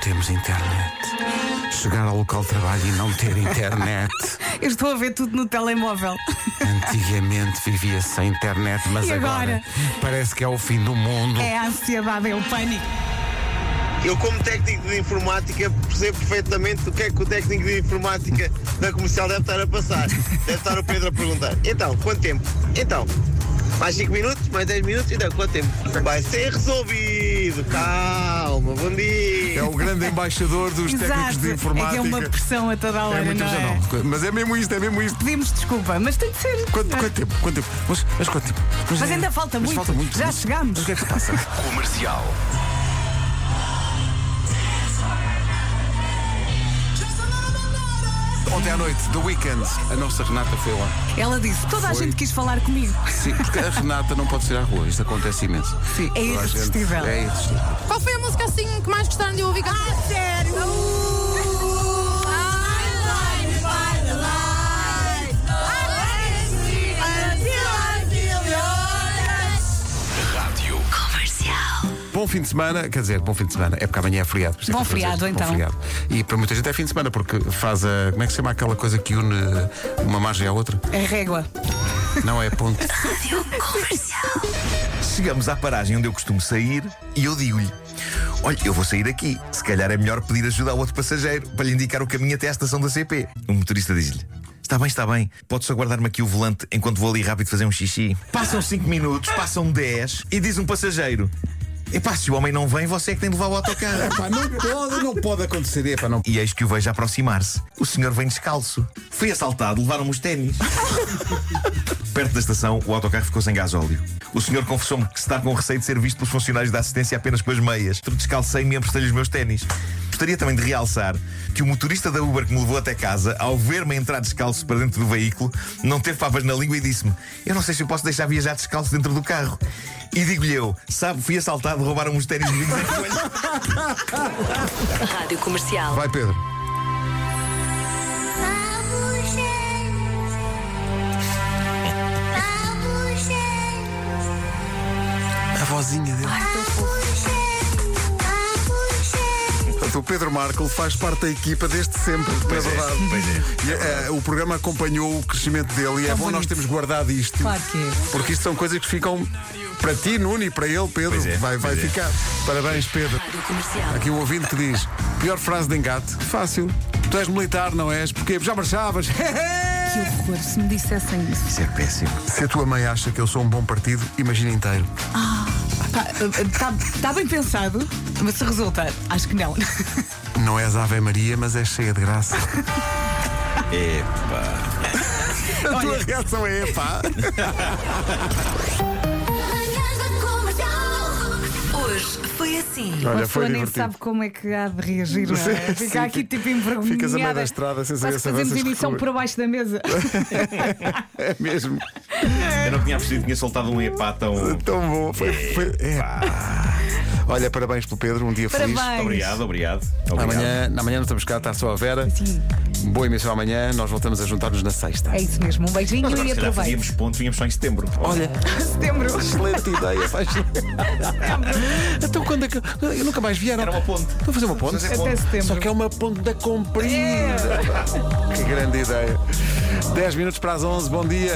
temos internet. Chegar ao local de trabalho e não ter internet. Eu estou a ver tudo no telemóvel. Antigamente vivia sem internet, mas E agora? parece que é o fim do mundo. É a ansiedade, é o pânico. Eu, como técnico de informática, percebo perfeitamente o que é que o técnico de informática da comercial deve estar a passar. Deve estar o Pedro a perguntar: então, quanto tempo? Então, mais 5 minutos, mais 10 minutos, então, quanto tempo? Vai ser resolvido. Calma, bom dia. É o grande embaixador dos técnicos de Exato. É que informática. é uma pressão a toda a hora, É muito não é? exagerado. Mas é mesmo isto, é mesmo isto. Pedimos desculpa, mas tem que ser. Quanto, quanto tempo? Quanto tempo? Mas, mas quanto tempo? Mas ainda falta mas muito. falta muito. Já Mas- chegámos. mas o que é que se passa? Comercial. Ontem à noite, The Weekend, A nossa Renata foi lá. Ela disse: toda a Foi. gente quis falar comigo. Sim, porque a Renata não pode sair à rua. Isto acontece imenso. Sim, É toda a gente- irresistível. É irresistível. Qual foi a música assim que mais gostaram de ouvir? Ah, sério? Rádio. Bom fim de semana, quer dizer, bom fim de semana, é porque amanhã é feriado. por isso é que eu Bom estou a dizer, feriado, então. E para muita gente é fim de semana, porque faz a. Como é que se chama aquela coisa que une uma margem à outra? A régua. Não é ponto. Chegamos à paragem onde eu costumo sair e eu digo-lhe: Olha, eu vou sair aqui. Se calhar é melhor pedir ajuda ao outro passageiro para lhe indicar o caminho até à estação da CP. O motorista diz-lhe: Está bem, está bem. Pode só guardar-me aqui o volante enquanto vou ali rápido fazer um xixi. Passam 5 minutos, passam 10 e diz um passageiro: Epá, se o homem não vem, você é que tem de levar o autocarro. Pá, não pode, não pode acontecer. É, pá, não. E eis que o vejo a aproximar-se. O senhor vem descalço. Foi assaltado, levaram-me os ténis. Perto da estação, o autocarro ficou sem gasóleo. O senhor confessou-me que está com receio de ser visto pelos funcionários da assistência apenas com as meias. Descalcei-me e emprestei-lhe os meus ténis. Gostaria também de realçar que o motorista da Uber que me levou até casa, ao ver-me entrar descalço para dentro do veículo, não teve papas na língua e disse-me: Eu não sei se eu posso deixar viajar descalço dentro do carro. E digo-lhe eu: Sabe, fui assaltado, roubaram-me os ténis amigos em coelho. Rádio Comercial. Vai, Pedro. A vozinha dele. Portanto, o Então, Pedro Marco faz parte da equipa desde sempre, é Pois é, verdade. pois é. E, eh, o programa acompanhou o crescimento dele e é bom nós termos guardado isto. Claro que é. Porque isto são coisas que ficam para ti, Nuno, e para ele, Pedro. Pois é, vai vai pois é. ficar. Parabéns, Pedro. Rádio Comercial. Aqui um ouvinte que diz: pior frase de engate, fácil. Tu és militar, não és? Porque já marchavas. Que horror se me dissessem isso. Isso é péssimo. Se a tua mãe acha que eu sou um bom partido, imagina inteiro. Está tá, bem pensado, mas se resulta, acho que não. Não és Ave Maria, mas és cheia de graça. A tua reação é epá. Hoje foi assim. Uma pessoa nem sabe como é que há de reagir, não é? Sim, Fica sim, aqui fica- tipo envergonhada. ficas a meio da estrada, sem saber se Quase que fazemos avanças emissão com- por abaixo da mesa. É mesmo. Eu não tinha percebido, tinha soltado um epá tão. Tão bom. Foi, foi, é. Olha, parabéns pelo Pedro, um dia feliz. Parabéns. Obrigado, obrigado. obrigado. Amanhã, amanhã não estamos cá, está só a Vera. Sim. Boa emissão amanhã, nós voltamos a juntar-nos na sexta. É isso mesmo. Um beijinho Agora, e se calhar, aproveite. fazíamos ponto, vínhamos só em setembro. Olha, Setembro. excelente ideia. faz- então quando é que. Eu nunca mais vieram. Era uma ponte. Vou fazer uma ponte. Fazer Até setembro. Só É. que é uma ponta comprida. Que grande ideia. 10 minutos para as 11, bom dia.